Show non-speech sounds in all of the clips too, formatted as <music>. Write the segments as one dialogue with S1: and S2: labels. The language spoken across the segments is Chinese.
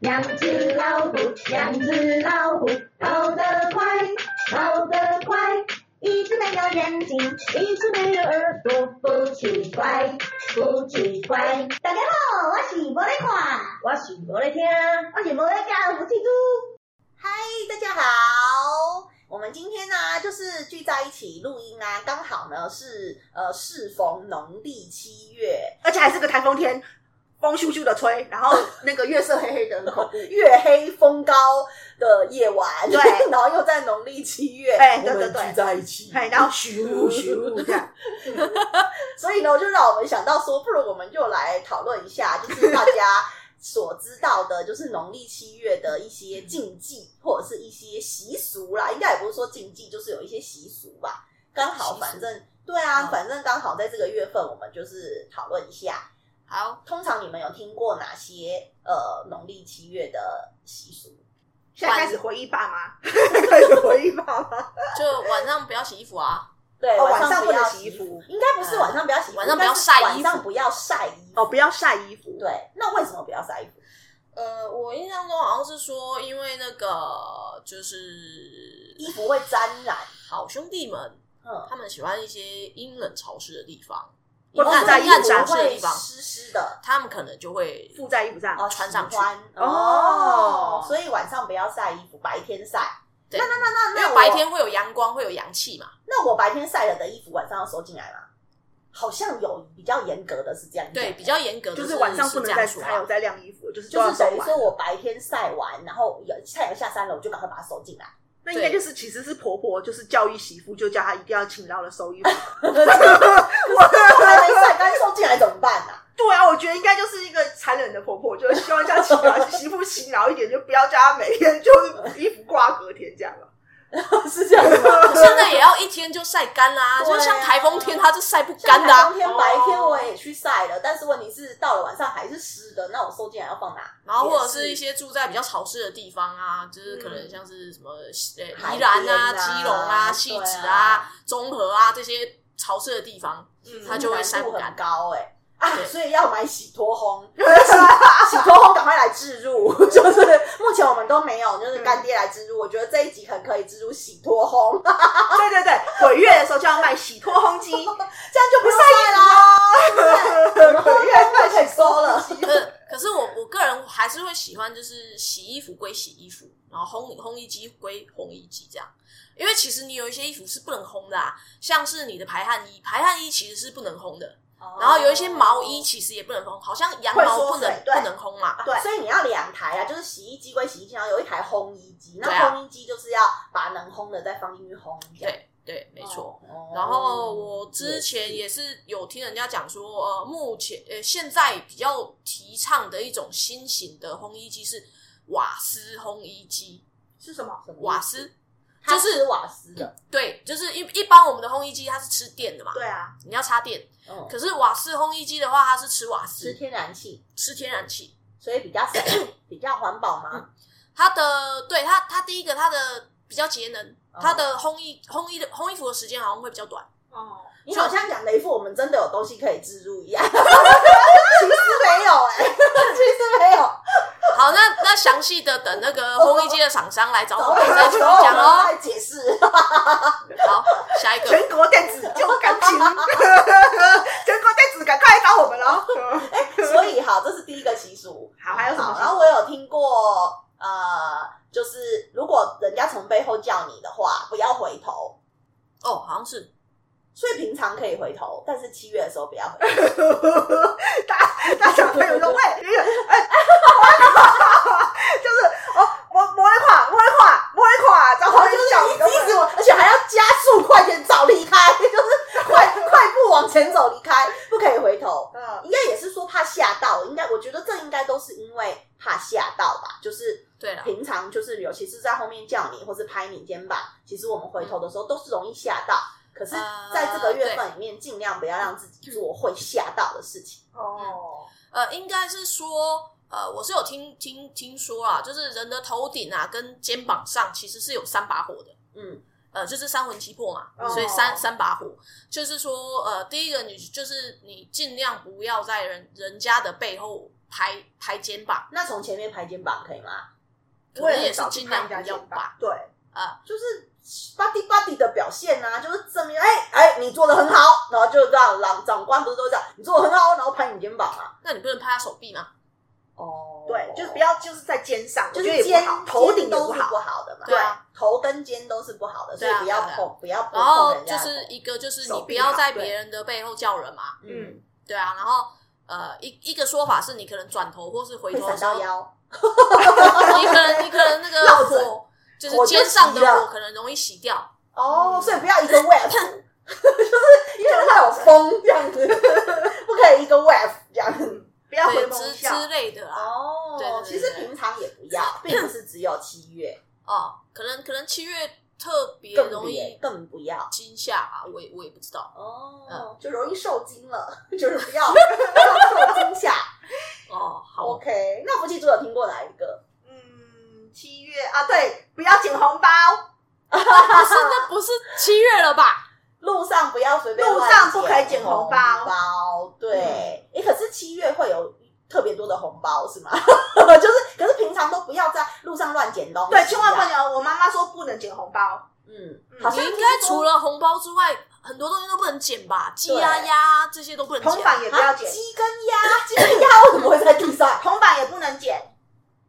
S1: 两只老虎，两只老虎，跑得快，跑得快。一只没有眼睛，一只没有耳朵，不奇怪，不奇怪。
S2: 大家好，我是无咧看，
S1: 我是无咧听，
S2: 我是无咧教，我是猪。嗨，大家好，我们今天呢、就是聚在一起录音啊，刚好呢是呃适逢农历七月，。
S3: 而且还是个台风天，风咻咻的吹，然后那个月色黑黑的，很恐怖
S2: 月黑风高的夜晚，
S3: 对
S2: <laughs> 然后又在农历七月，
S3: 哎
S2: 我
S3: 对
S2: 们
S3: 对对
S2: 聚在一起，
S3: 嘿，然后咻咻这样，
S2: 所以呢，就让我们想到说，不如我们就来讨论一下，就是大家所知道的，就是农历七月的一些禁忌或者是一些习俗啦。应该也不是说禁忌，就是有一些习俗吧。刚好，
S4: 习俗
S2: 反正对啊，
S4: 嗯
S2: 反正刚好在这个月份，我们就是讨论一下。
S4: 好，
S2: 通常你们有听过哪些呃农历七月的习俗？
S3: 现在开始回忆爸妈，开始回忆爸妈。
S4: 就晚上不要洗衣服啊，
S2: 对，
S3: 哦
S2: 晚
S3: 晚上
S2: 不要
S3: 不能洗
S2: 衣
S3: 衣服
S2: 应该不是晚上不要洗衣服，
S4: 晚上不要
S2: 应该是
S4: 晒衣服
S2: 晚上不要晒衣服。
S3: 哦，不要晒衣服。，
S2: 对，那为什么不要晒衣服？
S4: <laughs> 呃，我印象中好像是说，因为那个就是
S2: 衣服会沾染。
S4: 好兄弟们，
S2: 嗯，
S4: 他们喜欢一些阴冷潮湿的地方，
S3: 或
S4: 阴
S3: 者
S4: 暗
S3: 在
S4: 阴
S3: 衣
S4: 暗
S3: 服
S4: 潮湿
S2: 会
S4: 的地方，
S2: 湿湿的
S4: 他们可能就会
S3: 附在衣服上。
S2: 哦，
S4: 穿上去
S2: 喜欢
S3: 哦
S2: 所以晚上不要晒衣服，白天晒。
S4: 对
S2: 那那那那那
S4: 因为
S2: 我
S4: 白天会有阳光，会有阳气嘛。
S2: 那我白天晒了的衣服晚上要收进来吗？好像有比较严格的是这样讲，
S4: 对，比较严格的
S3: 就是晚上不
S4: 是
S3: 能
S4: 这
S3: 再
S4: 样说
S3: 还有
S4: 啊。
S3: 再晾衣服，就是
S2: 就
S3: 都要
S2: 是等
S3: 收
S2: 于
S3: 完
S2: 说。我白天晒完，然后有太阳下山了，我就赶快把它收
S4: <laughs>
S2: 进来。
S3: 那应该就是其实是婆婆就是教育媳妇，就叫她一定要勤劳的收衣服。
S2: 都还没晒干收进来怎么办
S4: <laughs>
S2: 呢、
S3: 对啊，我觉得应该就是一个残忍的婆婆，就是希望叫勤劳媳妇勤劳一点，就不要叫她每天就是衣服挂隔天这样了。
S2: 是这样子吗？
S4: 现在也要一天就晒干啦，
S2: 对啊
S4: 就像台风天，它就晒不
S2: 像
S4: 干的啊
S2: 当。天白天我也去晒了，但是问题是到了晚上还是湿的，那我收进来要放哪？
S4: 然后或者
S2: 也
S4: 是一些住在比较潮湿的地方啊，就是可能像是什么呃
S2: 海
S4: 宜
S2: 边啊
S4: 兰啊、基隆
S2: 对啊
S4: 啊、汐止啊、中和啊这些潮湿的地方，
S3: 嗯
S4: 它就会晒
S2: 难
S4: 不
S2: 度
S4: 干
S2: 很。高哎、啊，
S4: 对
S2: 所以要买洗脱
S4: <laughs>
S2: 烘，洗洗脱烘赶快来置入，就是目前我们都没有，就是干爹来置入，我觉得这一集很可以置入洗脱
S4: <laughs>
S2: 烘，这
S3: 对对对，鬼月的时候就要卖洗脱烘机，
S2: 样就不晒啦，对不对？我们月费可以收了，
S4: 可是可是我我个人还是会喜欢，就是洗衣服归洗衣服，然后烘烘衣机归烘衣机这样。因为其实你有一些衣服是不能烘的、啊，像是你的排汗衣，排汗衣其实是不能烘的。 <laughs> 然后有一些毛衣其实也不能烘，好像羊
S3: 会
S4: 毛
S3: 缩
S4: 不能
S3: 水
S4: 不
S3: 对
S4: 能烘嘛。
S3: 对
S2: 哦所以你要两台啊，就是洗衣机归洗衣机，然后有一台烘衣机，那
S4: 对啊
S2: 烘衣机就是要把能烘的再放进去烘，这样
S4: 对对，没错。。
S2: 哦
S4: 然后我之前也是有听人家讲说，呃，目前呃现在比较提倡的一种新型的烘衣机是瓦斯烘衣机，
S3: <laughs> 是什么？
S2: 什么意思
S4: 瓦斯
S2: 它
S4: 就是
S2: 吃瓦斯的，
S4: 对，就是一一般我们的烘衣机它是吃电的嘛，
S3: 对啊，
S4: 你要插电。
S2: 嗯，
S4: 可是瓦斯烘衣机的话，它是吃瓦
S2: 吃
S4: 斯，
S2: 天然气，
S4: 吃天然气。
S2: 所以比较
S4: <clears throat>
S2: 省，比较环保嘛。
S4: 嗯它的对它它第一个它的比较节能，
S2: 哦
S4: 它的烘衣烘衣的烘衣服的时间好像会比较短。
S3: 哦，
S2: 你好像讲了一副我们真的有东西可以置入一
S4: <laughs>
S2: 样，其实没有哎、其实没有。
S4: 好，那那详细的等那个
S2: 哦
S4: 烘衣机的厂商来找
S2: 早
S4: 我
S2: 晚
S4: 们再
S2: 再
S4: 去
S2: 求我
S4: 讲
S2: 们
S4: 哦。
S2: 再解释。
S4: 好，下一个。
S3: 全国电子就感情，全国电子赶快来找我们喽！
S2: 哎所以好，这是第一个习
S4: <laughs>
S2: 俗。
S3: 好还有什么习
S2: 好，
S3: 俗
S2: 然后我有听过，呃，就是如果人家从背后叫你的话，不要回头。
S4: 哦，好像是
S2: 所以平常可以回头，但是七月的时候不要回头。
S3: 大大小朋友说：“喂，哎，哎就是哦，摸摸一垮，摸一垮，摸一垮，然
S2: 然后
S3: 后
S2: 就
S3: 就是叫
S2: 一
S3: 你都
S2: 直一直往，而且还要加速，快点早离开，就是快快步往前走，离开，不可以回头。
S3: 嗯，
S2: 应该也是说怕吓到，应该我觉得这应该都是因为怕吓到吧，就是
S4: 对了，
S2: 平常就是尤其是在后面叫你或是拍你肩膀，其实我们回头的时候都是容易吓到。可是
S4: 呃，
S2: 在这个月份里面，尽量不要让自己做会吓到的事情。嗯
S3: 哦，
S4: 呃，应该是说，呃，我是有听听听说啊，就是人的头顶啊跟肩膀上其实是有三把火的，
S2: 嗯，
S4: 呃，就是三魂七魄嘛，
S3: 哦
S4: 所以三三把火，就是说，呃，第一个你就是你尽量不要在人人家的背后拍拍肩膀，
S2: 那从前面拍肩膀可以吗？
S4: 可
S3: 我
S4: 能
S3: 也
S4: 也
S3: 很
S4: 是
S3: 少去
S4: 尽
S3: 看
S4: 量
S3: 人家
S4: 不要
S3: 肩膀
S4: 吧。，
S3: 对，
S4: 啊，
S2: 就是 body body 的表现啊，就是证明，哎、哎、你做的很好，然后就这样，长长官不是都这样，你做的很好，然后拍你肩膀啊。
S4: 那你不能拍他手臂吗？
S2: 哦
S3: 对，就是不，要就是在肩上，
S2: 就
S3: 我觉得
S2: 是
S3: 也
S2: 肩
S3: 不好，头顶
S2: 肩
S3: 也
S2: 都
S3: 不
S2: 是不
S3: 好。
S2: 好的嘛，
S4: 对啊，
S2: 头跟肩都是不好的，所以
S4: 对啊
S2: 不要
S4: 对啊
S2: 碰，不要碰
S4: 然后
S2: 人
S4: 就
S2: 家的
S4: 是
S2: 头，
S4: 一个就是你
S3: 手
S4: 不
S3: 臂
S4: 要
S3: 嘛
S4: 在
S3: 对
S4: 别人的背后叫人嘛，
S2: 嗯，
S4: 对啊，然后呃一一个说法是你可能转头或是回
S2: 会
S4: 头的
S2: 闪
S4: 时候，
S2: 到
S4: 你
S2: 腰，
S4: 可能你可能那个
S2: 落枕
S4: 火就是
S2: 火就
S4: 肩上的
S2: 熄了
S4: 火可能容易洗掉，
S2: <laughs> 哦，
S3: 嗯
S2: 所以不要一个 wave，就是 <laughs> 因为它有风这样子， <laughs> 不可以一个 wave 这样子。
S3: 嗯不要回
S4: 对
S3: 眸一
S4: 之
S3: 笑。
S4: 之类的啊，
S2: 哦
S4: 对对对
S2: 其实平常也不要，
S3: <laughs>
S2: 并不是只有七月，
S4: 哦，可能可能七月特别
S2: 更
S4: 容
S2: 别
S4: 易
S2: 更不要。
S4: 惊吓吧，我也我也不知道
S2: 哦
S4: 嗯，
S2: 就容易受惊了， <laughs> 就是不
S3: <laughs>
S2: 要不要受惊吓。
S4: 哦，好
S2: OK，那夫妻猪有听过哪一个？
S3: 嗯，七月啊，对，不要捡红包，
S4: 不是，那不是七月了
S2: 嗯
S4: 吧？
S2: 路上不要随便
S3: 路
S2: 乱
S3: 上不可以捡
S2: 红
S3: 红包嗯
S2: 包对，诶、可是七月会有特别多的红包是吗？ <laughs> 就是，可是平常都不要在路上乱捡东西、啊
S3: 对，千万不。能。我妈妈说不能捡红包，
S2: 嗯，
S3: 嗯
S2: 好
S4: 你
S2: 像
S4: 应该
S2: 听说
S4: 除了红包之外，很多东西都不能捡吧？鸡啊、
S2: 对
S4: 鸭啊这些都不能
S3: 铜
S4: 捡
S3: 板
S4: 啊，
S3: 也不
S2: 啊
S3: 要捡，
S2: 鸡跟鸭，鸡跟鸭为什么会在地
S3: <laughs>
S2: 上？
S3: 铜板也不
S2: <laughs>
S3: 能捡。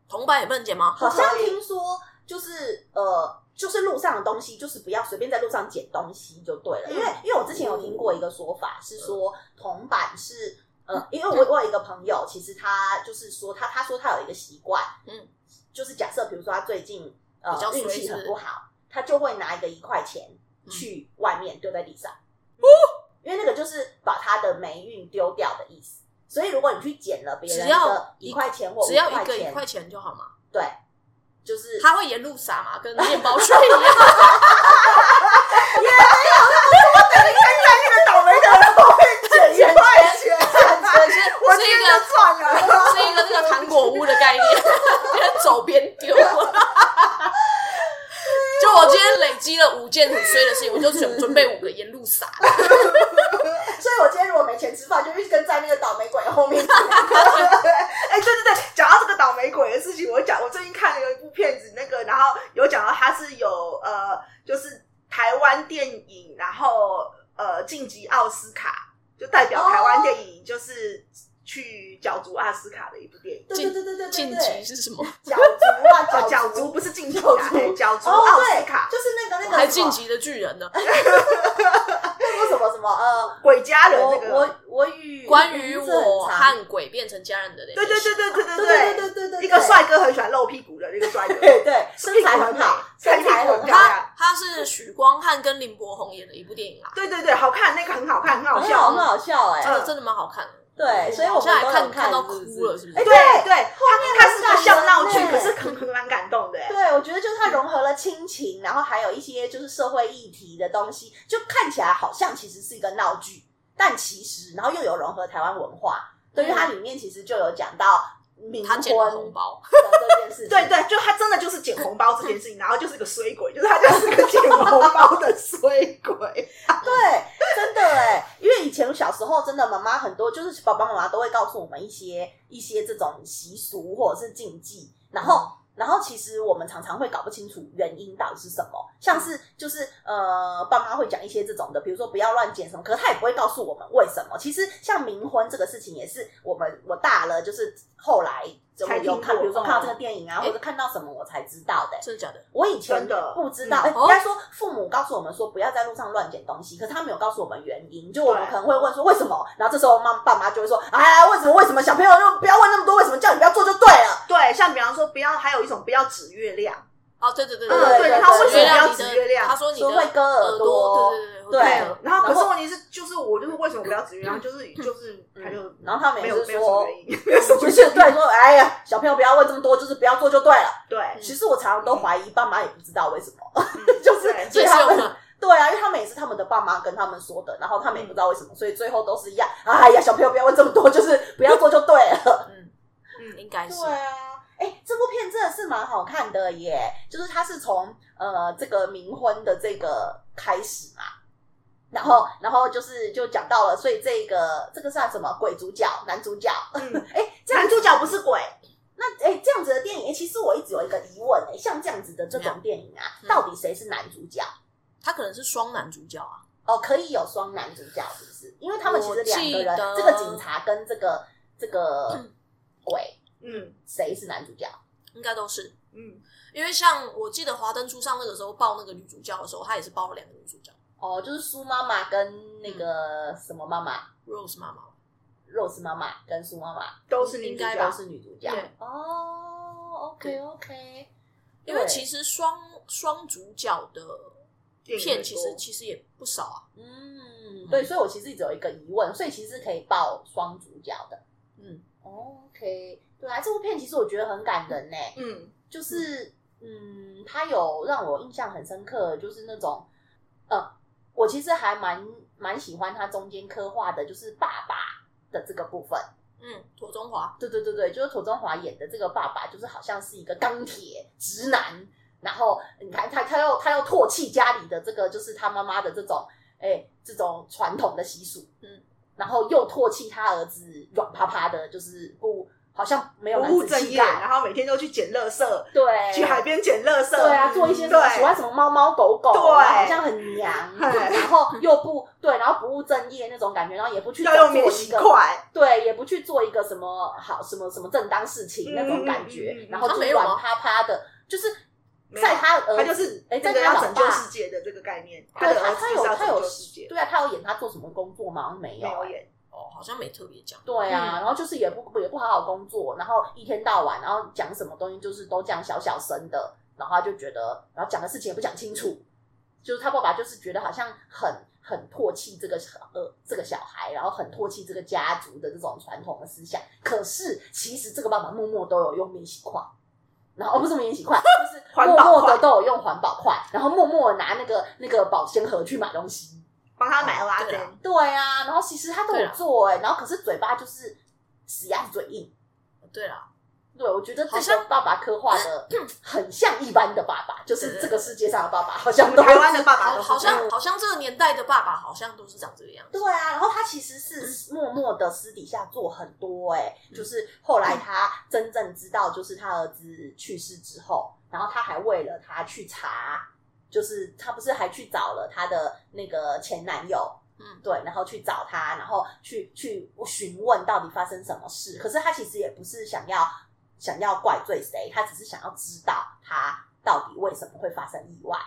S4: 铜板也不能捡吗？
S2: 好像听说就是呃，就是路上的东西，就是不要随便在路上捡东西就对了。因为
S3: 嗯
S2: 因为我之前有听过一个说法是
S4: 嗯
S2: 说，铜板是呃，因为我我有一个朋友，其实他就是说他他说他有一个习惯，
S4: 嗯，
S2: 就是假设比如说他最近呃
S4: 比较
S2: 运
S4: 衰
S2: 气
S4: 是不嗯
S2: 很
S4: 是
S2: 不好，他就会拿一个一块钱去外面丢在地上，
S4: 哦
S2: 因为那个就是把他的霉运丢掉的意思。所以，如果你去捡了别人
S4: 只要
S2: 的一块钱或
S4: 只要
S2: 五
S4: 一个一
S2: 钱
S4: 块钱就好嘛。
S2: 对，就是
S4: 它会沿路撒嘛，跟面包屑
S2: <laughs>
S4: 一样。
S3: 那个倒霉的人我会捡一块钱，
S4: 是
S3: 我
S4: 是
S3: 今
S4: 一
S3: 天就
S4: 个
S3: 赚了。
S4: 是一个那个糖果屋的概念， <laughs> 边走边丢。就我今天累积了五件很衰的事情，我就准准备五个沿路撒。
S2: <laughs> 所以我今天如果没钱吃饭，就一直跟在那个倒霉鬼后面。
S3: <laughs> 哎、对对对，讲到这个倒霉鬼的事情，我讲我最近看了有一部片子，那个然后有讲到它是有呃，就是台湾电影，然后呃晋级奥斯卡，就代表台湾电
S2: 哦
S3: 影就是去角逐奥斯卡的一部电影。
S2: 对对对对对对
S4: 晋
S2: 对
S4: 级，是什么？
S2: 角逐啊角
S3: <laughs> 哦，角
S2: 逐
S3: 逐不是晋级
S2: 角
S3: 啊，
S2: 逐
S3: 对角逐
S2: 哦
S3: 奥
S2: 对
S3: 斯卡，
S2: 就是那个那个
S4: 还
S2: 什
S4: 晋
S2: 么
S4: 级的巨人呢？
S2: 那个什么什么呃，
S3: 鬼家人那
S2: 我
S3: 个，
S2: 我我与
S4: 关于
S2: 这很
S4: 我
S2: 长
S4: 和鬼变成家人的联系
S3: 对对对对
S2: 对对
S3: 对对
S2: 对对对对，
S3: 一个帅哥很喜欢露屁股的那个帅哥，
S2: 对对身材很好，身材很
S3: 屁
S2: 好
S3: 股漂。
S4: 他
S3: 亮
S4: 他是许光汉跟林柏宏演的一部电影啊，
S3: <laughs> 对对对，好看，那个很好看，很好
S2: 很
S3: 笑
S2: 好，很。
S3: 嗯
S2: 好笑哎、
S4: 这个真的蛮好看的。
S2: 对，所以我
S4: 我
S2: 们
S4: 现在
S2: 都有
S4: 看
S2: 看
S4: 看到
S2: 是不
S4: 哭了，是不
S2: 哎
S4: 是？
S3: 对
S2: 对
S3: 对，他他是个笑闹剧，可是很很蛮感欸动的。欸
S2: 对，我觉得就是它融合了亲情，然后还有一些就是社会议题的东西，就看起来好像其实是一个闹剧，但其实然后又有融合台湾文化，对，因为它里面其实就有讲到冥
S4: 他
S2: 婚
S4: 捡了红包，
S2: 的这件事情，
S3: <laughs> 对对，就他真的就是捡红包这件事情，然后就是个衰鬼，就是他就是个捡红包的衰鬼。
S2: 对，真的哎，因为以前小时候真的妈妈很多，就是爸爸妈妈都会告诉我们一些一些这种习俗或者是禁忌，然后。
S3: 嗯
S2: 然后其实我们常常会搞不清楚原因到底是什么，像是就是呃，爸妈会讲一些这种的，比如说不要乱捡什么，可是他也不会告诉我们为什么。其实像冥婚这个事情，也是我们我大了，就是后来就
S3: 才
S2: 有
S3: 听
S2: 看，
S3: 过
S2: 比如说
S3: 哦
S2: 看到这个电影啊，
S4: 诶
S2: 或者看到什么我才知道的、
S4: 真的假的？
S2: 我以前
S3: 真的
S2: 不知道，
S3: 嗯
S2: 哎
S4: 哦
S2: 应该说父母告诉我们说不要在路上乱捡东西，可是他没有告诉我们原因，就我们
S3: 对
S2: 可能会问说为什么，然后这时候妈爸妈就会说，哎，为什么为什么小朋友就不要问那么多，为什么叫你不要做就对了。
S3: 对，像比方说，不要还有一种不要指月亮，
S4: 哦，对对对
S2: 嗯对他为什么
S3: 要
S4: 你
S3: 指
S4: 的
S3: 月亮
S4: 他说你的
S2: 说会割耳
S4: 耳
S2: 朵
S4: 对对对
S2: 对
S4: 会割耳
S3: 然后可
S2: 然
S3: 是
S2: 后
S3: 问题是，就是我就是为什么不要指月亮， <coughs> 就是就是他嗯就
S2: 然后他们
S3: 没
S2: 也
S3: 有
S2: 是
S3: 没有什么
S2: 说，
S3: 原因，
S2: 就是对说，哎呀，小朋友不要问这么多，就是不要做就对了。
S3: 对，
S2: 其实我常常都怀疑爸妈也不知道为什
S3: 嗯
S2: 么，
S3: <laughs>
S2: 就是
S3: 对
S2: 所以
S4: 也是
S2: 他
S4: 有可
S2: 们
S4: 能。
S2: 对啊，因为他们也是他们的爸妈跟他们说的，然后他们也不知道为什么，所以最后都是一样，哎呀，小朋友不要问这么多，就是不要做就对了。
S4: 嗯嗯，应该是
S2: 对啊，哎、这部片真的是蛮好看的耶，就是它是从呃这个冥婚的这个开始嘛，然后，然后就是就讲到了，所以这个这个算什么鬼主角、男主角？
S3: 嗯，
S2: 哎，这样
S3: 男主角不是鬼，
S2: 那哎这样子的电影，哎，其实我一直有一个疑问，哎，像这样子的这种电影啊，
S4: 嗯
S2: 到底谁是男主角？
S4: 他可能是双男主角啊，
S2: 哦，可以有双男主角，是不是？因为他们其实两个人
S4: 我，记
S2: 这
S4: 得
S2: 个警察跟这个这
S4: <clears throat>
S2: 个
S4: 嗯
S2: 鬼，
S3: 嗯
S2: 谁是男主角？
S4: 应该都是。
S3: 嗯，
S4: 因为像我记得《华灯初上》那个时候报那个女主角的时候，她也是报了两个女主角
S2: 哦，就是苏妈妈跟
S3: 嗯
S2: 那个什么妈妈、
S4: ，Rose 妈妈。
S2: Rose 妈妈跟苏妈妈
S3: 都是女主
S4: 应该
S2: 都
S4: 吧
S3: 角，
S2: 是女主角
S4: 对。
S2: 哦，OK OK，
S4: 因为
S2: 对
S4: 其实双双主角的
S3: 电影
S4: 片
S3: 很
S4: 其
S3: 多
S4: 实其实也不少啊。
S2: 嗯，对，所以我其实一直有一个疑问，所以其实是可以报双主角的。
S4: 嗯，
S2: 哦 OK，对啊，这部片其实我觉得很感人呢、
S3: 嗯
S2: 就是嗯，他有让我印象很深刻，就是那种呃，我其实还蛮蛮喜欢他中间刻画的，就是爸爸的这个部分。
S4: 嗯，左中华，
S2: 对对对对，就是涂中华演的这个爸爸，就是好像是一个钢铁直男，然后你看他他又他又唾弃家里的这个就是他妈妈的这种哎这种传统的习俗，
S4: 嗯，
S2: 然后又唾弃他儿子软趴趴的，就是不好像没有
S3: 不
S2: 男
S3: 务
S2: 子
S3: 正
S2: 气
S3: 业，
S2: 概，
S3: 然后每天都去捡垃圾，
S2: 对，
S3: 去海边捡垃圾，
S2: 对啊，做一些什么
S3: 对
S2: 喜欢什么猫猫狗狗，
S3: 对
S2: 然后好像很娘，
S3: <laughs> 嘿
S2: 然后又不对，然后不务正业那种感觉，然后也不去
S3: 要用
S2: 做
S3: 免
S2: 一
S3: 洗
S2: 个
S3: 筷，
S2: 对，也不去做一个什么好什么什么正当事情那种感觉，
S3: 嗯嗯嗯嗯
S2: 然后就
S4: 他
S2: 是
S4: 没有啊
S2: 软趴趴的，就是
S3: 没有啊
S2: 在他儿
S3: 他
S2: 子，
S3: 就是
S2: 哎，
S3: 这
S2: 在
S3: 个
S2: 他
S3: 要
S2: 老
S3: 拯救
S2: 爸
S3: 世，界的这个概念，他
S2: 对
S3: 的
S2: 他
S3: 儿子
S2: 他
S3: 就是
S2: 有
S3: 要
S2: 他
S3: 拯
S2: 有
S3: 救世界，
S2: 对啊，他有演他做什么工作吗？好像没有
S3: 没
S2: 啊，
S3: 有演，
S4: 哦，好像没特别讲。
S2: 对啊，
S3: 嗯
S2: 然后就是也不也不好好工作，然后一天到晚，然后讲什么东西就是都这样小小声的，然后他就觉得，然后讲的事情也不讲清楚，就是他爸爸就是觉得好像很很唾弃这个呃这个小孩，然后很唾弃这个家族的这种传统的思想。可是其实这个爸爸默默都有用免洗筷，然后哦不是免洗筷，就是
S3: 环
S2: 默
S3: 保
S2: 默的
S3: 筷
S2: 都有用环保筷，然后默默地拿那个那个保鲜盒去买东西。
S3: 帮他买拉
S4: 对
S3: 针
S4: 啊，
S2: 对啊，然后其实他都
S4: 对
S2: 有
S4: 啦
S2: 做哎、然后可是嘴巴就是死鸭子嘴硬。
S4: 呃对啦，
S2: 对，我觉得
S4: 好
S2: 这个
S4: 像
S2: 爸爸刻画
S4: <coughs>
S2: 的很像一般的爸爸，就
S4: 对
S2: 是
S4: 对
S2: 这个
S4: 对
S2: 世界上的爸爸，好
S3: 我
S2: 像
S3: 们
S2: 都
S3: 台湾的爸爸
S4: 好，
S3: 都
S4: 好
S3: 是这样
S4: 像好像这个年代的爸爸好像都是长这个样子。
S2: 对啊，然后他其实是默默的私底下做很多、欸，
S4: 嗯
S2: 就是后来他真正知道，就是他儿子去世之后，然后他还为了他去查，就是他不是还去找了他的那个前男友，
S4: 嗯，
S2: 对，然后去找他，然后去去询问到底发生什么事。可是他其实也不是想要想要怪罪谁，他只是想要知道他到底为什么会发生意外。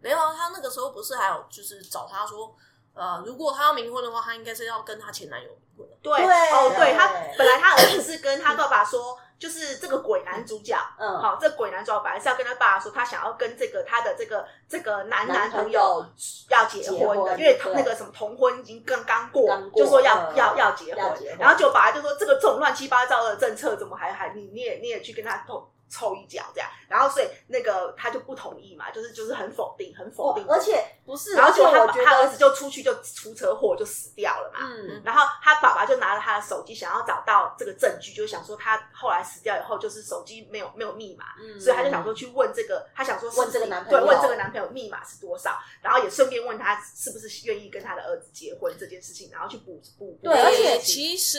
S4: 没有啊，他那个时候不是还有就是找他说，呃，如果他要冥婚的话，他应该是要跟他前男友冥婚的。
S3: 对，
S2: 对
S3: 哦，对
S2: 对
S3: 他本来他儿子是跟他爸爸说，就是这个鬼男主角。
S2: 嗯，
S3: 好，这鬼男主角本来是要跟他爸爸说，他想要跟这个他的这个这个男
S2: 男
S3: 男
S2: 朋
S3: 朋
S2: 友
S3: 友要结
S2: 结
S3: 婚
S2: 婚
S3: 的，因为
S2: 对
S3: 那个什么同婚已经刚刚过
S2: 刚，过
S3: 就说要
S2: 嗯
S3: 要要结
S2: 要
S3: 婚
S2: 结婚，
S3: 然后就把他就说这个这种乱七八糟的政策怎么还还你你也你也去跟他凑凑一脚这样，然后所以那个他就不同意嘛，就是就是很否定，很否
S2: 哇
S3: 定，
S2: 而且不是，
S3: 然
S2: 而
S3: 后
S2: 且
S3: 结果
S2: 我
S3: 他
S2: 觉
S3: 他儿
S2: 得
S3: 子，就出去就出车祸就死掉了嘛，
S2: 嗯，
S3: 然后他爸爸就拿了他的手机，想要找到这个证据，就想说他后来死掉以后，就是手机没有没有密码，
S2: 嗯
S3: 所以他就想说去问这个，他想说是不是
S2: 问这个男朋友
S3: 对，问这个男朋友密码是多少，然后也顺便问他是不是愿意跟他的儿子结婚这件事情，然后去补补补
S2: 对而且
S3: 这件事情
S4: 其实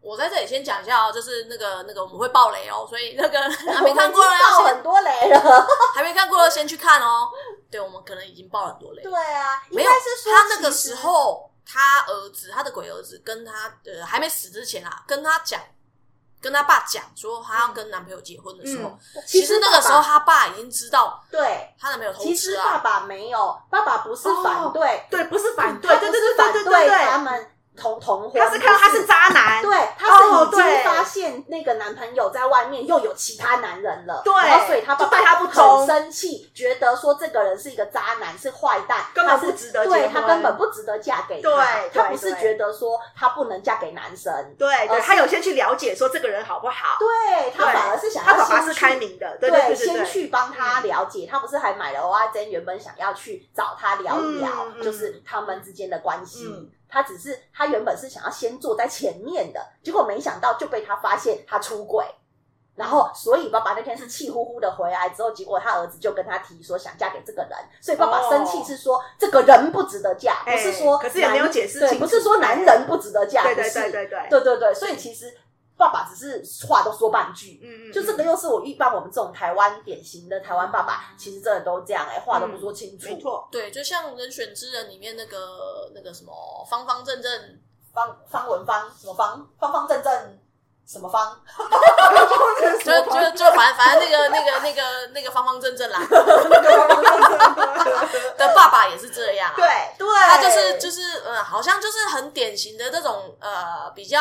S4: 我在这里先讲一下哦，就是那个那个我们会爆雷哦，所以那个
S3: 啊
S4: 还没看过的
S2: 嗯我们已经
S4: 要
S2: 爆
S4: 先
S2: 很多雷了。
S4: 还没看过的先去看哦。对，我们可能已经爆很多雷
S2: 对。啊，应
S4: 没
S2: 该
S4: 有，
S2: 是说
S4: 他那个
S2: 其实
S4: 时候，他儿子，他的鬼儿子跟他呃还没死之前啊，跟他讲，跟他爸讲说他要跟男朋友结婚的时候，
S3: 嗯
S4: 其实那个时候
S2: 爸爸
S4: 他爸已经知道
S2: 对。
S4: 他男朋友偷
S2: 其
S4: 吃
S2: 实
S4: 啊
S2: 爸。爸没有，爸爸不是反
S3: 哦
S2: 对，嗯
S3: 对，不是反对，
S2: 他
S3: 对
S2: 不
S3: 对
S2: 是
S3: 对
S2: 反
S3: 对对对
S2: 他
S3: 对，
S2: 们同同婚，
S3: 他是看到他是渣男，
S2: 对，他是
S3: 哦
S2: 已经
S3: 对
S2: 发现那个男朋友在外面又有其他男人了，
S3: 对
S2: 然后所以他爸
S3: 就对他不
S2: 很
S3: 忠
S2: 生气，觉得说这个人是一个渣男，是坏蛋，
S3: 根本
S2: 他
S3: 不
S2: 是
S3: 值得结
S2: 对
S3: 婚
S2: 他根本不值得嫁给他，
S3: 对
S2: 他
S3: 对
S2: 不是
S3: 对
S2: 觉得说他不能嫁给男生，
S3: 对
S2: 呃
S3: 对，他有先去了解说这个人好不好，
S2: 对他
S3: 对
S2: 反而是想
S3: 他
S2: 要
S3: 爸爸
S2: 先
S3: 是
S2: 去
S3: 开明的，对
S2: 对
S3: 对对
S2: 先
S3: 对，
S2: 去帮他了解，他不是还买了 O R J，原本想要去找他聊一聊，
S3: 嗯嗯
S2: 就是他们之间的关系。
S3: 嗯
S2: 他只是他原本是想要先坐在前面的，结果没想到就被他发现他出轨，然
S3: 嗯
S2: 后，所以爸爸那天是气呼呼的回来之后，结果他儿子就跟他提说想嫁给这个人，所以爸爸
S3: 哦
S2: 生气是说、这个人不值得嫁，不
S3: 哎
S2: 是说
S3: 可是也没有
S2: 男
S3: 解释清
S2: 对，
S3: 楚
S2: 不是说男人不值得嫁，
S3: 对
S2: 不
S3: 对
S2: 是
S3: 对对对，
S2: 对对对，所以其实爸爸只是话都说半句，
S3: 嗯嗯，
S2: 就这个又是我一般我们这种台湾典型的台湾爸爸，其实真的都这样哎、话都不说清楚，
S3: 没错，
S4: 对，就像《人选之人》里面那个那个什么方方正正，
S2: 方方文芳什么方方方正正什么方，
S4: <laughs> 就就就反反正那个那个那个那个方方正正啦 <laughs> 的爸爸也是这样、啊，
S2: 对对，
S4: 他就是就是呃，好像就是很典型的这种呃比较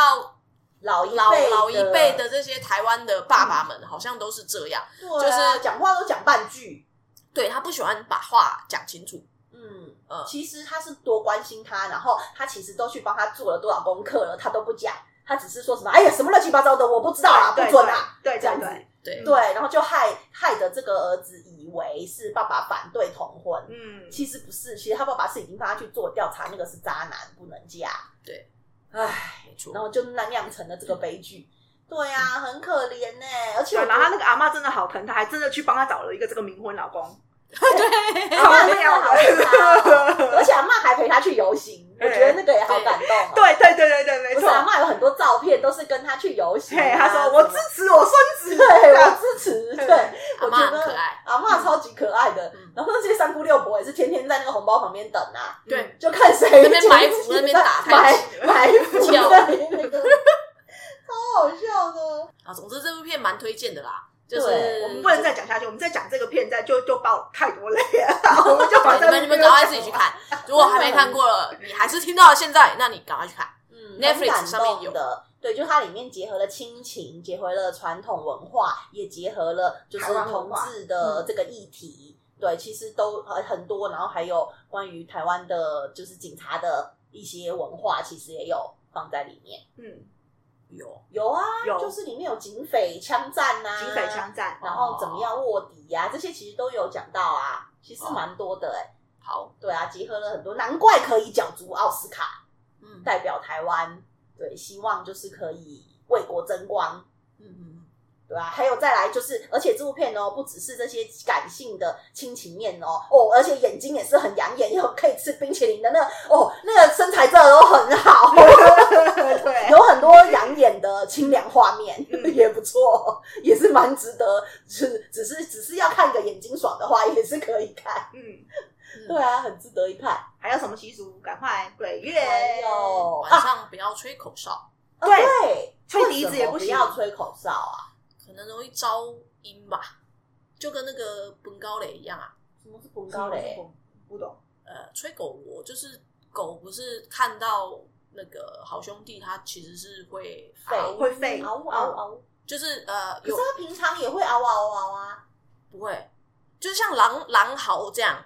S2: 老一
S4: 老
S2: 辈
S4: 老一辈，的这些台湾的爸爸们，好像都是这样。
S2: 对啊
S4: 就是
S2: 讲话都讲半句，
S4: 对他不喜欢把话讲清楚，
S2: 嗯。
S4: 呃，
S2: 其实他是多关心他，然后他其实都去帮他做了多少功课了，他都不讲，他只是说什么哎呀什么乱七八糟的，我不知道啦，不
S3: 对
S2: 准啦，，
S3: 对
S2: 这
S3: 对
S2: 样子
S3: 对，
S4: 对
S3: 嗯
S2: 对，然后就害害得这个儿子以为是爸爸反对同婚，
S3: 嗯，
S2: 其实不是，其实他爸爸是已经帮他去做调查，那个是渣男，不能嫁。
S4: 对，
S2: 唉，
S4: 没错
S2: 然。后就那酿成了这个悲剧。对啊，
S4: 嗯
S2: 很可怜呢、而且
S3: 对
S2: 我
S3: 然后他那个阿妈真的好疼，他还真的去帮他找了一个这个冥婚老公，，
S2: <laughs>
S4: 对，
S2: 阿嬷真的 <laughs>
S4: 啊
S2: 好爱他哦而且阿嬷还陪他去游行，我觉得那个也好感动、哦。
S3: 对对对对对，没
S2: 不是
S3: 错。
S2: 阿嬷有很多照片都是跟他去游行、
S3: 嘿，
S4: 哎
S2: 啊。
S3: 他说我支持我孙子，
S4: <laughs>
S2: 对，
S3: 这
S2: 我
S3: 样
S2: 支持。对，
S4: 阿
S2: 我
S4: 嬷
S2: 觉
S4: 很
S2: 得
S4: 可爱，
S2: 阿嬷超级可爱的
S4: 嗯。
S2: 然后那些三姑六婆也是天天在那个红包旁边等啊，
S4: 对，
S2: 就看谁
S4: 那边埋伏那边打太
S2: 埋
S4: 极
S3: 哎
S2: 埋伏
S4: 跳
S2: 对那个， <laughs> 超好笑的。
S4: 啊。总之这部片蛮推荐的啦，就是
S2: 对
S3: 我们不能再讲下去，我们再讲这个片再就就爆太多泪
S4: <laughs>
S3: 了，我们就把这
S4: 对
S3: 个
S4: 你们你们赶快自己去看，如果还没看过了，你还是听到了现在，那你赶快去看。
S2: 嗯
S4: Netflix
S2: 很感动
S4: 上面有
S2: 的。对，就它里面结合了亲情，结合了传统文化，也结合了就是
S3: 台湾文
S2: 同
S3: 化嗯
S2: 志的这个议题。对，其实都呃很多，然后还有关于台湾的，就是警察的一些文化，其实也有放在里面。
S3: 嗯，
S4: 有
S2: 有啊，
S3: 有
S2: 就是里面有警匪枪战呐、啊，
S3: 警匪枪战，
S2: 然后怎么样卧底呀、这些其实都有讲到啊，其
S3: 哦
S2: 实蛮多的哎、
S4: 好，
S2: 对啊，结合了很多，难怪可以角逐奥斯卡，
S4: 嗯
S2: 代表台湾。对，希望就是可以为国争光，
S4: 嗯嗯，
S2: 对啊，还有再来就是，而且这部片哦，不只是这些感性的亲情面哦，哦，而且眼睛也是很养眼，又可以吃冰淇淋的那个哦，那个身材真的都很好，
S3: <laughs> 对，
S2: 有很多养眼的清凉画面，
S3: 嗯
S2: 也不错，也是蛮值得。是只是只是要看个眼睛爽的话，也是可以看。
S3: 嗯，
S4: 嗯
S2: 对，啊，很值得一看。
S3: 还有什么习俗？赶快鬼月，
S2: 还
S4: 哎
S2: 有
S4: 晚
S2: 哎啊，
S4: 上不要吹口哨，
S2: 啊
S3: 对
S2: 对，
S3: 吹笛子也
S2: 为什么不
S3: 不行
S2: 要吹口哨啊。
S4: 可能容易招阴吧，就跟那个本高雷一样啊。
S2: 什么是不高嘞？
S3: 不懂，
S4: 呃，吹狗螺就是狗不是看到那个好兄弟，它其实是会
S2: 吠
S4: 嗷
S3: 会废
S2: 嗷嗷嗷！
S4: 就是呃
S2: 啊可是
S4: 嗯有
S2: 他平常也会嗷嗷嗷啊，
S4: 不会，就像狼狼嚎这样，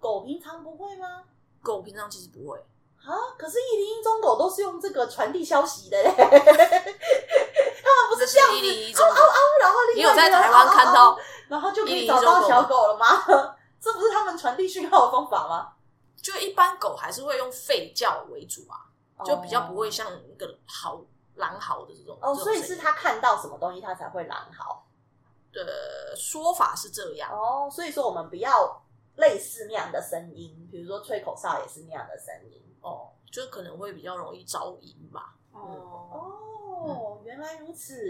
S2: 狗平常不会吗？
S4: 狗平常其实不会。
S2: 啊，可是一零一中狗都是用这个传递消息的嘞， <laughs> 他们不
S4: 这
S2: 是
S4: 是
S2: 这样
S4: 一
S2: 子
S4: 零一中
S2: 嗷嗷嗷，然后
S4: 你
S2: 另外
S4: 有在
S2: 一个人
S4: 台湾
S2: 嗷嗷
S4: 看
S2: 嗷
S4: 到？
S2: 然后就可
S4: 一零一
S2: 以找
S4: 中
S2: 到
S4: 狗
S2: 小
S4: 吗
S2: 狗了吗？ <laughs> 这不是他们传递讯号的方法吗？
S4: 就一般狗还是会用吠叫为主啊，就比较不会
S2: 哦
S4: 像那个嚎狼嚎的这种
S2: 哦，
S4: 这种
S2: 所以
S4: 声
S2: 是
S4: 音
S2: 他看到什么东西他才会狼嚎
S4: 的说法是这样，
S2: 哦，所以说我们不要类似那样的声音，比如说吹口哨也是那样的声音
S4: 哦，就可能会比较容易招阴吧。
S3: 哦，
S2: 哦，
S4: 嗯
S2: 原来如此，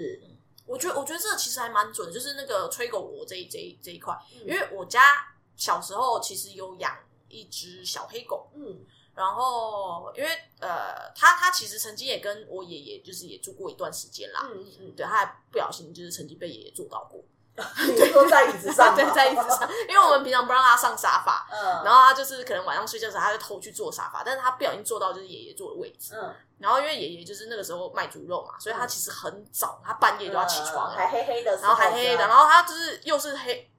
S4: 我觉得，我觉得这其实还蛮准的，就是那个吹狗螺这一这一这一块，
S2: 嗯
S4: 因为我家小时候其实有养一只小黑狗，
S2: 嗯
S4: 然后因为呃，它它其实曾经也跟我爷爷就是也住过一段时间啦，
S2: 嗯
S4: <laughs>
S2: 嗯，
S4: 对，它还不小心就是曾经被爷爷做到过，
S2: 嗯， <laughs> 就坐在椅子上嘛，
S4: <laughs> 对，在椅子上，因为我们平常不让它上沙发，
S2: 嗯，
S4: 然后它就是可能晚上睡觉的时候，它就偷去坐沙发，但是它不小心坐到就是爷爷坐的位置，
S2: 嗯，
S4: 然后因为爷爷就是那个时候卖猪肉嘛，所以他其实很早，他半夜就要起床了，
S2: 嗯还黑黑的，
S4: 然后还黑黑的，然，后他就是又是黑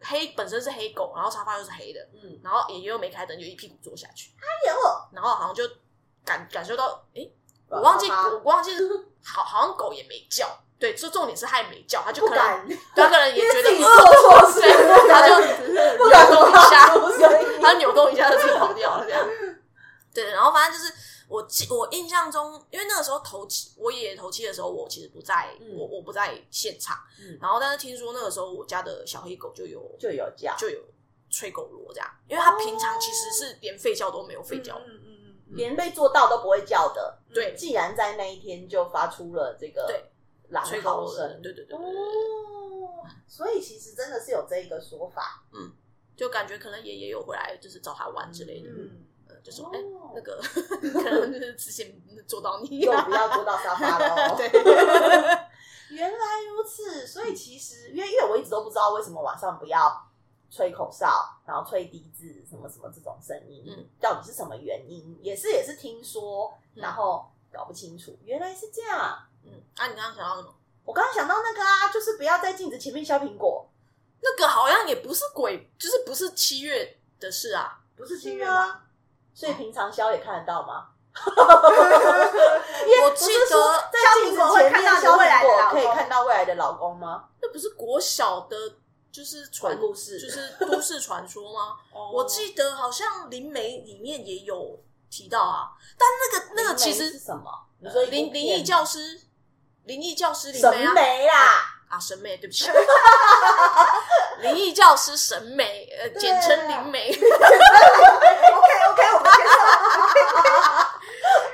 S4: 黑本身是黑狗，然后沙发又是黑的，
S2: 嗯，
S4: 然后爷爷又没开灯，就一屁股坐下去，
S2: 哎呦，
S4: 然后好像就感感受到，诶，我忘记我忘记好好像狗也没叫，对，就重点是它也没叫，他就
S2: 不
S4: 可能
S2: 敢，
S4: 他可能也
S2: 因为
S4: 觉得
S2: 自己
S4: 呃
S2: 做错事，
S4: 对，他就 <laughs>
S2: 不
S4: 扭
S2: 敢
S4: 动一
S3: 嗯
S4: 下，
S2: 发出声音
S4: <laughs> 他扭动一下就自己跑掉了这样。对，然后反正就是我我记我印象中，因为那个时候头七，我爷爷头七的时候，我其实不在，
S2: 嗯
S4: 我我不在现场。
S2: 嗯
S4: 然后，但是听说那个时候我家的小黑狗就有
S2: 就有叫
S4: 就有吹狗螺这样，因为它平常其实是连吠叫都没有吠叫。
S3: 嗯嗯嗯
S2: 连被做到都不会叫的。
S4: 对
S2: 既然在那一天就发出了这个
S4: 嗯对
S2: 狼
S4: 吹狗
S2: 嚎
S4: 螺的，
S2: 声，
S4: 对对对对对对
S2: 哦，所以其实真的是有这一个说法，
S4: 就感觉可能爷爷有回来，就是找他玩之类的，
S2: 嗯，
S4: 呃，就说哎、
S2: 哦
S4: 那个 <laughs> 可能就是之前做到你、。
S2: 又不要坐到沙发喽
S4: <laughs> 对，
S2: 原来如此，所以其实因为因为我一直都不知道为什么晚上不要吹口哨，然后吹笛子什么什么这种声音，
S4: 嗯
S2: 到底是什么原因？也是也是听说，
S4: 嗯
S2: 然后搞不清楚，原来是这样。
S4: 嗯，啊，你刚刚想到什么？
S2: 我刚刚想到那个啊，就是不要在镜子前面削苹果，
S4: 那个好像也不是鬼，就是不是七月的事啊。
S3: 不是
S2: 是
S3: 清月吗？
S2: 吗？所以平常削也看得到吗？
S4: 我
S2: 不
S4: 记
S2: 是说
S4: 得
S2: 在镜子前面削
S3: 削苹果会看到你未
S2: 苹
S3: 来
S2: 果
S3: 的
S2: 可
S3: 老公
S2: 以看到未来的老公吗？
S4: 那不是国小的，就是传
S2: 鬼故事
S4: 啊就是都市传
S2: <laughs>
S4: 说吗？
S3: 哦
S4: 我记得好像灵媒里面也有提到啊，但那个那个其
S2: 灵媒是
S4: 实
S2: 什么？你说一部
S4: 灵灵
S2: 片
S4: 异教师，灵异教师灵
S2: 神
S4: 媒啊
S2: 媒啦，
S4: 啊神媒，对不起， <laughs> 灵异教师神媒，呃，
S2: 对啊
S4: 简称灵媒，
S3: OK OK，我们接受。
S4: <laughs>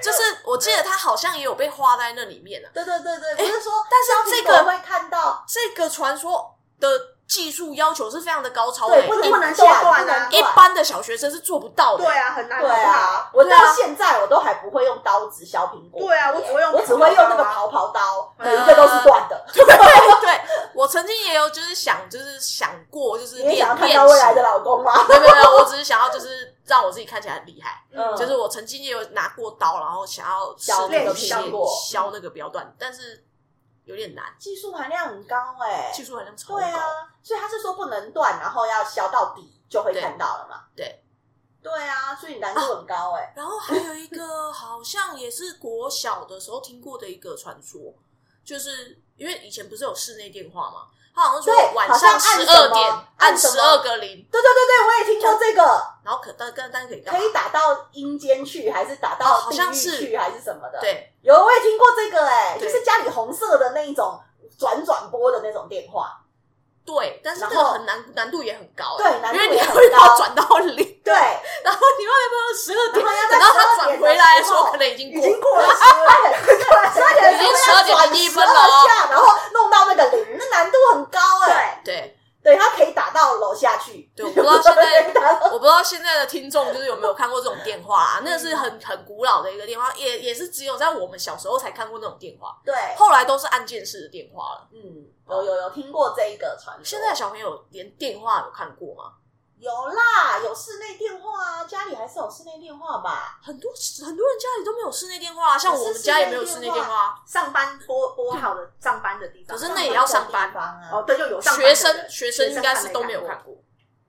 S4: 就是我记得他好像也有被画在那里面啊。
S2: <laughs> 对对对对，不是说，
S4: 但是这
S2: 我
S4: 个
S2: 会看到，
S4: 这个传说的技术要求是非常的高超的欸
S2: 对，，不能
S4: 一
S3: 不
S2: 断
S3: 能切断
S2: 不能
S3: 啊
S4: 哎一
S2: 断
S4: 般的小学生是做不到的。
S3: 对啊，很难，
S2: 对
S3: 好
S2: 啊，我到现在我都还不会用刀子削苹
S3: 不
S2: 果，
S3: 好对啊，我只会用，
S2: 我只会用那个刨刨刀，每一个都是断的。
S4: <laughs> 对，我曾经也有就是想，就是想过，就是
S2: 你也
S4: 练
S2: 想要看
S4: 练
S2: 到未来
S4: 习
S2: 的老公吗？
S4: 没有没有没有，我只是想要就是让我自己看起来很厉害。
S2: 嗯
S4: 就是我曾经也有拿过刀，然后想要试
S2: 削
S4: 那
S3: 那
S4: 个
S3: 个
S4: 皮
S3: 削
S2: 过
S4: 削那个标段，但是有点难，
S2: 技术含量很高哎，
S4: 技术含量超
S2: 对
S4: 高。
S2: 啊，所以他是说不能断，然后要削到底就会
S4: 对
S2: 看到了嘛。
S4: 对
S2: 对啊，所以难度很高哎。
S4: 然后还有一个好像也是国小的时候听过的一个传说，就是因为以前不是有室内电话吗？他好像说
S2: 对
S4: 晚
S2: 好像
S4: 上
S2: 按
S4: 十
S2: 什
S4: 二
S2: 么
S4: 点按
S2: 按什么
S4: 十二个零，
S2: 对对对对，我也听过这个，
S4: 然后可但但但可以干
S2: 可
S4: 嘛？
S2: 以打到阴间去，还是打
S4: 哦
S2: 到
S4: 好
S2: 地
S4: 像
S2: 狱
S4: 是
S2: 去，还是什么的？，
S4: 对
S2: 有我也听过这个哎，就
S4: 对
S2: 是家里红色的那一种转转播的那种电话。
S4: 对，但是这
S2: 然
S4: 个
S2: 后
S4: 很难难度也很高
S2: 对
S4: 欸，
S2: 难度
S4: 因为你
S2: 也很
S4: 会 <laughs> 要
S2: 高
S4: 转到零。
S2: 对，
S4: 然后你外面到十二点，
S2: 然后要在
S4: 等到他
S2: 12
S4: 转
S2: 点
S4: 回来的
S2: 的
S4: 时
S2: 时
S4: 候，
S2: 候
S4: 可能已经
S3: 已
S4: 过了
S3: 经。过了十二
S2: 而且十二点
S4: 已经
S2: 要
S4: 12
S2: 转
S4: 点一
S2: 十
S4: 分了哦
S2: 二下，然后弄到那个零，那难度很高哎。
S4: 对
S2: 对，它可以打到楼下去。
S4: 对，我不知道现
S2: 可
S4: 在
S2: 以打到
S4: 我不知道现在的听众就是有没有看过这种电话啊？那个是很很古老的一个电话，也也是只有在我们小时候才看过那种电话，
S2: 对，
S4: 后来都是按键式的电话了。
S2: 嗯，有有有听过这一个传说。
S4: 现在小朋友连电话有看过吗？
S2: 有啦，有室内电话啊，家里还是有室内电话吧？
S4: 很多很多人家里都没有室内电话啊，像我们家也没有室内电话啊。
S3: 上班拨拨好的上班的地方，
S4: 可是那也要上班
S2: 地方啊。
S3: 哦，对，就有上班的
S4: 学
S3: 人
S4: 生学生应该是都没有看
S3: 过，
S4: 过，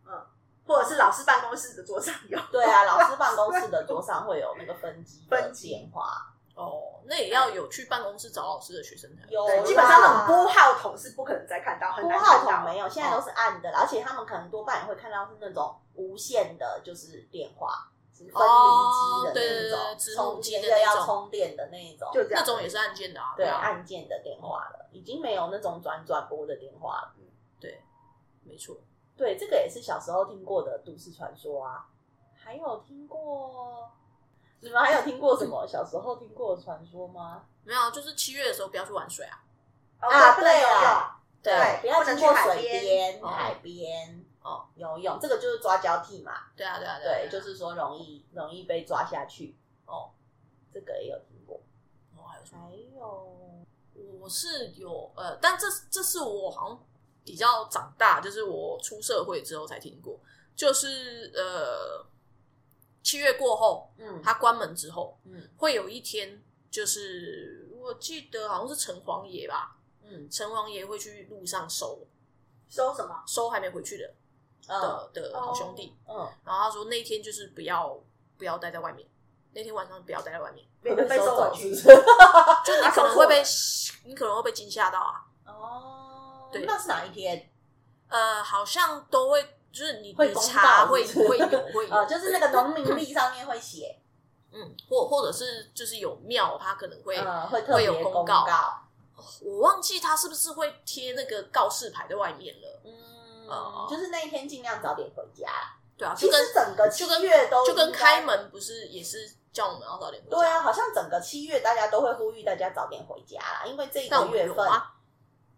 S3: 嗯
S4: 哦
S3: 或者是老师办公室的桌上有，
S2: 对啊，老师办公室的桌上会有那个分机的
S3: 分机
S2: 电话，
S4: 哦，那也要有去办公室找老师的学生才
S2: 有
S3: 对，
S2: 啦
S3: 基本上那种拨号筒是不可能再看到，很
S2: 拨
S3: 难
S2: 号
S3: 看
S2: 筒
S3: 到。哦
S2: 没有，现在都是暗哦的啦，而且他们可能多半也会看到是那种无线的，就是电话，是分
S4: 哦
S2: 离机的那
S4: 对对对
S2: 种，
S4: 对
S2: 充
S4: 直通机的
S2: 电
S4: 那
S2: 又
S4: 种
S2: 要充电的那一种，
S3: 就这样，
S4: 那种也是按键的啊。
S2: 对
S4: 啊，
S2: 按键的电话了，已经没有那种转转拨的电话了。
S4: 没错。
S2: 对，这个也是小时候听过的都市传说啊。还有听过，你们还有听过什么小时候听过的传说吗？
S4: 没有啊，就是七月的时候不要去玩水啊。
S3: 哦
S2: 啊
S3: 不能
S2: 对
S3: 游
S2: 啊
S3: 泳，
S2: 对
S3: 对
S2: 不要
S3: 不能
S2: 经过
S3: 去海
S2: 水
S3: 边
S2: 边、
S4: 哦
S2: 海边
S4: 哦
S2: 游泳，这个就是抓交替嘛。
S4: 对啊，对啊，啊
S2: 对，
S4: 对
S2: 就
S4: 啊
S2: 是说容易容易被抓下去。哦，这个也有听过。
S4: 哦，还有什么？
S2: 还有，
S4: 我是有呃，但这这是我好像比较长大，就是我出社会之后才听过，就是呃七月过后，
S2: 嗯
S4: 它关门之后，
S2: 嗯
S4: 会有一天，就是我记得好像是城隍爷吧，
S2: 嗯
S4: 城隍爷会去路上收
S3: 收什么？
S4: 收还没回去的
S2: 嗯
S4: 的的好兄弟，
S2: 嗯，
S4: 然后他说那天就是不要不要待在外面，那天晚上不要待在外面，
S3: 被被收
S2: 走
S3: 走
S2: 是
S3: 去
S2: 不。 <laughs> 是？
S4: 就你
S3: 啊
S4: 可
S3: 收
S4: 能
S3: 错
S4: 会被
S3: 了
S4: 你可能会被惊吓到啊，
S2: 哦，
S4: 对
S2: 那是哪一天？
S4: 呃，好像都会，就是你
S2: 会
S4: 你
S2: 公
S4: 查
S2: 告
S4: 会
S2: 是不哦
S4: 会
S2: 是 <laughs>
S4: 有会有，
S2: 呃，就是那个农民历上面会写
S4: 嗯，或或者是就是有庙，它可 <laughs> 能会、
S2: 嗯，会特别
S4: 会有公
S2: 公
S4: 告我忘记它是不是会贴那个告示牌在外面了。
S2: 嗯
S4: 哦，
S2: 就是那一天尽量早点回家。
S4: 对啊，就
S2: 其
S4: 跟
S2: 实整个七
S4: 就跟
S2: 月都
S4: 就跟
S2: 应该
S4: 开门不是也是叫我们要早点回家？
S2: 对啊，，好像整个七月大家都会呼吁大家早点回家啦，因为这
S4: 但
S2: 个
S4: 我们
S2: 月
S4: 有
S2: 份
S4: 啊，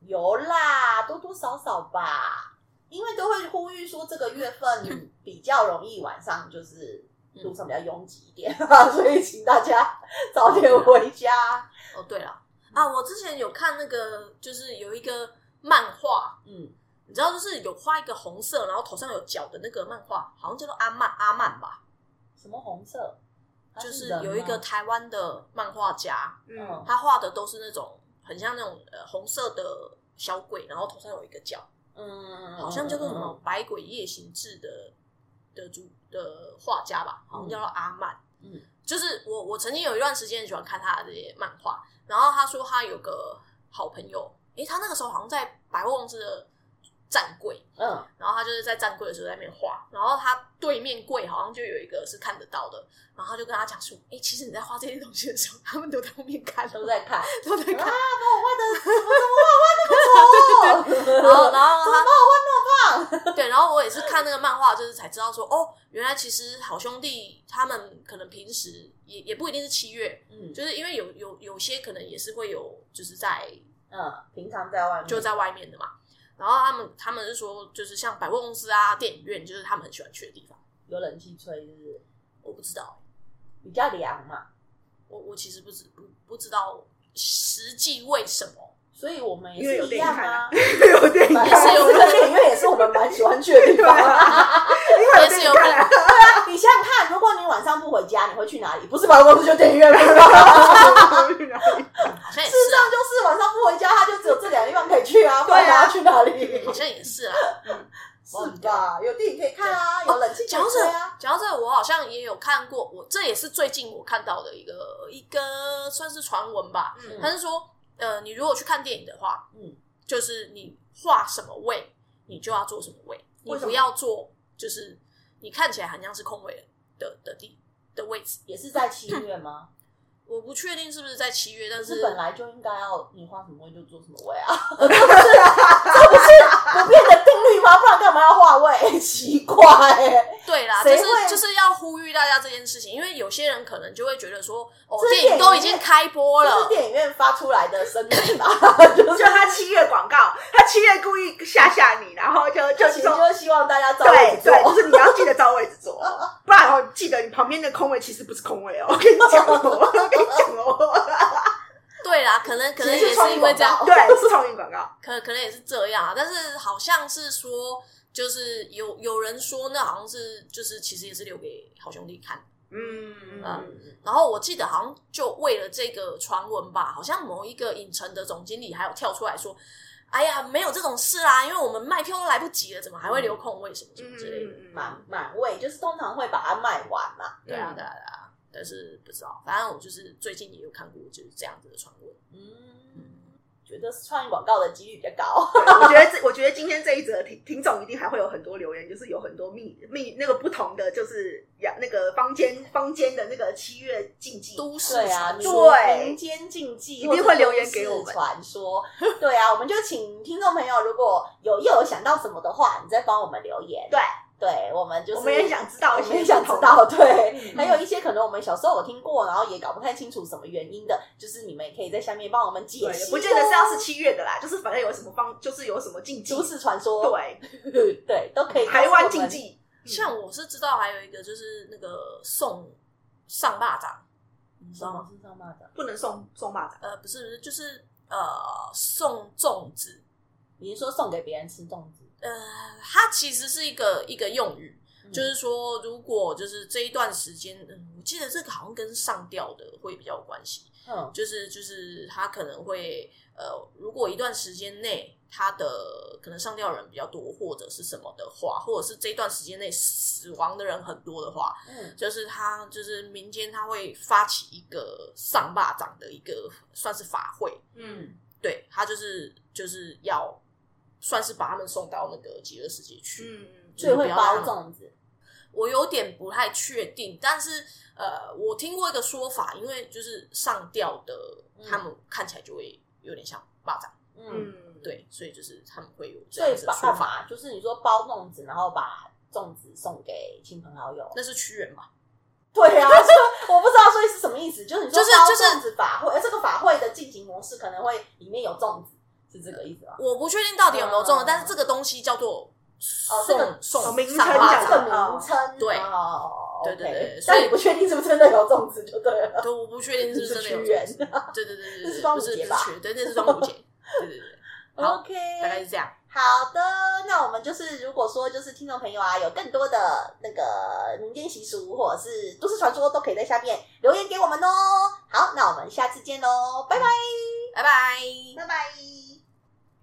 S2: 有啦，多多少少吧，因为都会呼吁说这个月份
S4: 嗯
S2: 比较容易晚上就是路上比较拥挤一点， <laughs> 所以请大家早点回家。
S4: 哦对了啊，我之前有看那个就是有一个漫画，
S2: 嗯，
S4: 你知道就是有画一个红色，然后头上有角的那个漫画，好像叫做阿曼阿曼吧，
S2: 什么红色？它
S4: 就是
S2: 人
S4: 有一个
S2: 吗
S4: 台湾的漫画家，
S3: 嗯，
S4: 他画的都是那种很像那种呃红色的小鬼，然后头上有一个角。
S2: 嗯，
S4: 好像叫做什
S2: 嗯
S4: 么《百鬼夜行志》的的主的画家吧，好像叫做阿曼。
S2: 嗯，
S4: 就是我我曾经有一段时间很喜欢看他的这些漫画，然后他说他有个好朋友，诶，他那个时候好像在百货公司的站柜，
S2: 嗯
S4: 然后他就是在站柜的时候在那边画，然后他对面柜好像就有一个是看得到的，然后他就跟他讲说，诶，其实你在画这些东西的时候，他们都在后面看，
S2: 都在
S4: <laughs>
S2: 看，
S4: 都在看，
S2: 哦，
S4: 然
S2: <laughs>
S4: 后然后他
S2: 他那么棒，
S4: <laughs> 对，然后我也是看那个漫画，就是才知道说，哦，原来其实好兄弟他们可能平时也也不一定是七月，
S2: 嗯
S4: 就是因为有有有些可能也是会有就是在
S2: 嗯，平常在外面
S4: 就在外面的嘛。然后他们他们是说，就是像百货公司啊、电影院，就是他们很喜欢去的地方。
S2: 有冷气吹，就是
S4: 我不知道，欸
S2: 比较凉嘛。
S4: 我我其实不知不不知道实际为什么，
S2: 所以我们也
S3: 因为有
S2: 是一
S3: 电影
S2: 样
S3: 看啊
S2: 啊， <laughs>
S3: 有点
S2: 反
S4: 也
S2: 正
S4: 是有
S2: 这个
S4: <laughs>
S2: 电影院也是我们蛮喜欢去的地方啊。
S4: 也是有可能。
S2: 你想想看，如果你晚上不回家，你会去哪里？不是办公室就电影院吗？事实上
S3: <laughs>
S4: 好像也是、啊，
S2: 就是晚上不回家，他就只有这两个地方可以去啊，不然
S3: 对啊
S2: 他要去哪
S4: <laughs>
S2: 里
S4: 好？像也是啊。
S2: 是吧？有电影可以看啊，有冷气可
S4: 讲
S2: 以
S4: 到这
S2: 吹啊。
S4: 讲到这，我好像也有看过，我这也是最近我看到的一个一个算是传闻吧。
S3: 嗯
S4: 他是说，呃，你如果去看电影的话，
S2: 嗯，
S4: 就是你画什么位，你就要做什么位，你
S3: 为什么
S4: 不要做就是你看起来很像是空位的的地的位置。
S2: 也是在七月吗？
S4: 我不确定是不是在七月，但
S2: 可
S4: 是
S2: 是本来就应该要你画什么位就做什么位啊，这不是这不是不变的定律吗？不然干嘛要画位？奇怪、欸，
S4: 对啦，就
S2: 谁
S4: 是
S2: 会
S4: 就是要呼吁大家这件事情，因为有些人可能就会觉得说，哦，
S2: 这是
S4: 电影都已
S2: 电影
S4: 经开播
S2: 这
S4: 了
S2: 是，电影院发出来的声明 <laughs> 吧？
S3: 就他七月广告，他七月故意吓吓你，然后就就
S2: 就其实
S3: 说，
S2: 就是希望大家照
S3: 对
S2: 位置
S3: 对，就
S2: 做。
S3: 是你要记得照位置坐，
S2: <laughs>
S3: 不然哦，记得你旁边的空位其实不是空位哦，我跟你讲哦，我跟你讲
S2: <laughs>
S3: 哦，
S4: 对啦，可能可能
S2: 其实
S4: 也
S2: 创
S4: 是
S2: 意
S4: 因为这样
S2: 广告，
S3: 对，是投影广告，
S4: 可可能也是这样啊，但是好像是说，就是有有人说那好像是就是其实也是留给好兄弟看，
S3: 嗯嗯
S4: 然后我记得好像就为了这个传闻吧，好像某一个影城的总经理还有跳出来说，哎呀没有这种事啦、因为我们卖票都来不及了，怎么还会
S2: 嗯
S4: 留空位什么什么之类的，
S3: 嗯
S2: 满满位就是通常会把它卖完嘛。
S4: 对啊对啊对啊，但是不知道，反正我就是最近也有看过就是这样子的传闻，
S2: 嗯，觉得创意广告的几率比较高。
S3: <laughs> 我觉得这，我觉得今天这一则听听众一定还会有很多留言，就是有很多密密那个不同的，就是呀那个坊间坊间的那个七月禁忌。
S4: 都市
S2: 对啊，
S4: 传
S2: 你
S4: 说
S2: 说
S3: 对
S2: 民间禁忌
S3: 一定会留言给我们
S2: 或者都市传说，对啊，我们就请听众朋友，如果有又有想到什么的话，你再帮我们留言。
S3: 对，
S2: 对，我们就是
S3: 我们也想知道
S2: 我
S3: 一
S2: 们
S3: 些
S2: 也
S3: 不
S2: 想
S3: 同的，
S2: 知道，对，
S3: 嗯
S2: 还有一些可能我们小时候有听过，然后也搞不太清楚什么原因的，就是你们也可以在下面帮我们解
S3: 对，
S2: 析。哦
S3: 不见得是要是七月的啦，就是反正有什么方，就是有什么禁忌
S2: 都，市传说，
S3: 对，
S2: 对对，都可以告诉我
S3: 台
S2: 们。
S3: 湾禁忌，
S2: 嗯
S4: 像我是知道还有一个就是那个送上巴掌，你知
S2: 什
S4: 道
S2: 么
S4: 吗？
S2: 是上骂的？
S3: 嗯不能送送蚂蚱，
S4: 呃，不是不是，就是呃送粽子，
S2: 你是说送给别人吃粽子？
S4: 呃，它其实是一个一个用语，
S2: 嗯
S4: 就是说如果就是这一段时间，嗯，我记得这个好像跟上吊的会比较有关系，
S2: 嗯
S4: 就是就是他可能会呃，如果一段时间内他的可能上吊的人比较多，或者是什么的话，或者是这一段时间内死亡的人很多的话，
S2: 嗯
S4: 就是他就是民间他会发起一个上霸掌的一个算是法会，
S3: 嗯，
S4: 对他就是就是要算是把他们送到那个极乐世界去，
S3: 嗯，
S2: 所以
S4: 不
S2: 会
S4: 要
S2: 包
S4: 让
S2: 粽子，
S4: 我有点不太确定，但是呃，我听过一个说法，因为就是上吊的，他们看起来就会有点像巴掌，
S2: 嗯，
S3: 嗯，
S4: 对，所以就是他们会有这
S2: 所
S4: 样
S2: 以
S4: 子的
S2: 把
S4: 说
S2: 干
S4: 法，
S2: 嘛？就是你说包粽子，然后把粽子送给亲朋好友。 <laughs>
S4: 那是屈原吧？
S2: 对啊，所以我不知道，所以是什么意思？就是你说
S4: 就是
S2: 包
S4: 就是
S2: 粽子法会，呃这个法会的进行模式可能会里面有粽子，是这个意思吗？
S4: 我不确定到底有没有中了，
S2: 嗯
S4: 但是这个东西叫做
S2: 哦
S4: 送、
S2: 这个
S4: 送
S3: 哦名称
S4: 上
S3: 讲
S4: 巴
S2: 啊，这
S4: 掌
S2: 个名称
S4: 对
S2: 哦，
S4: 对对对
S2: OK
S4: 所以
S2: 但你不确定是不是真的有粽子就对了。
S4: 对，我不确定是不是真的有
S2: <laughs> 是屈原
S4: 中对对对对对，
S2: 这是端午
S4: 不是
S2: 节
S4: 不
S2: 吧
S4: 是屈原对，那是端午节，对对对，好
S2: OK，
S4: 大概是这样。
S2: 好的，那我们就是如果说就是听众朋友啊，有更多的那个民间习俗或者是都市传说，都可以在下面哦留言给我们哦。好，那我们下次见喽，拜拜，
S4: 拜拜。
S2: 拜拜。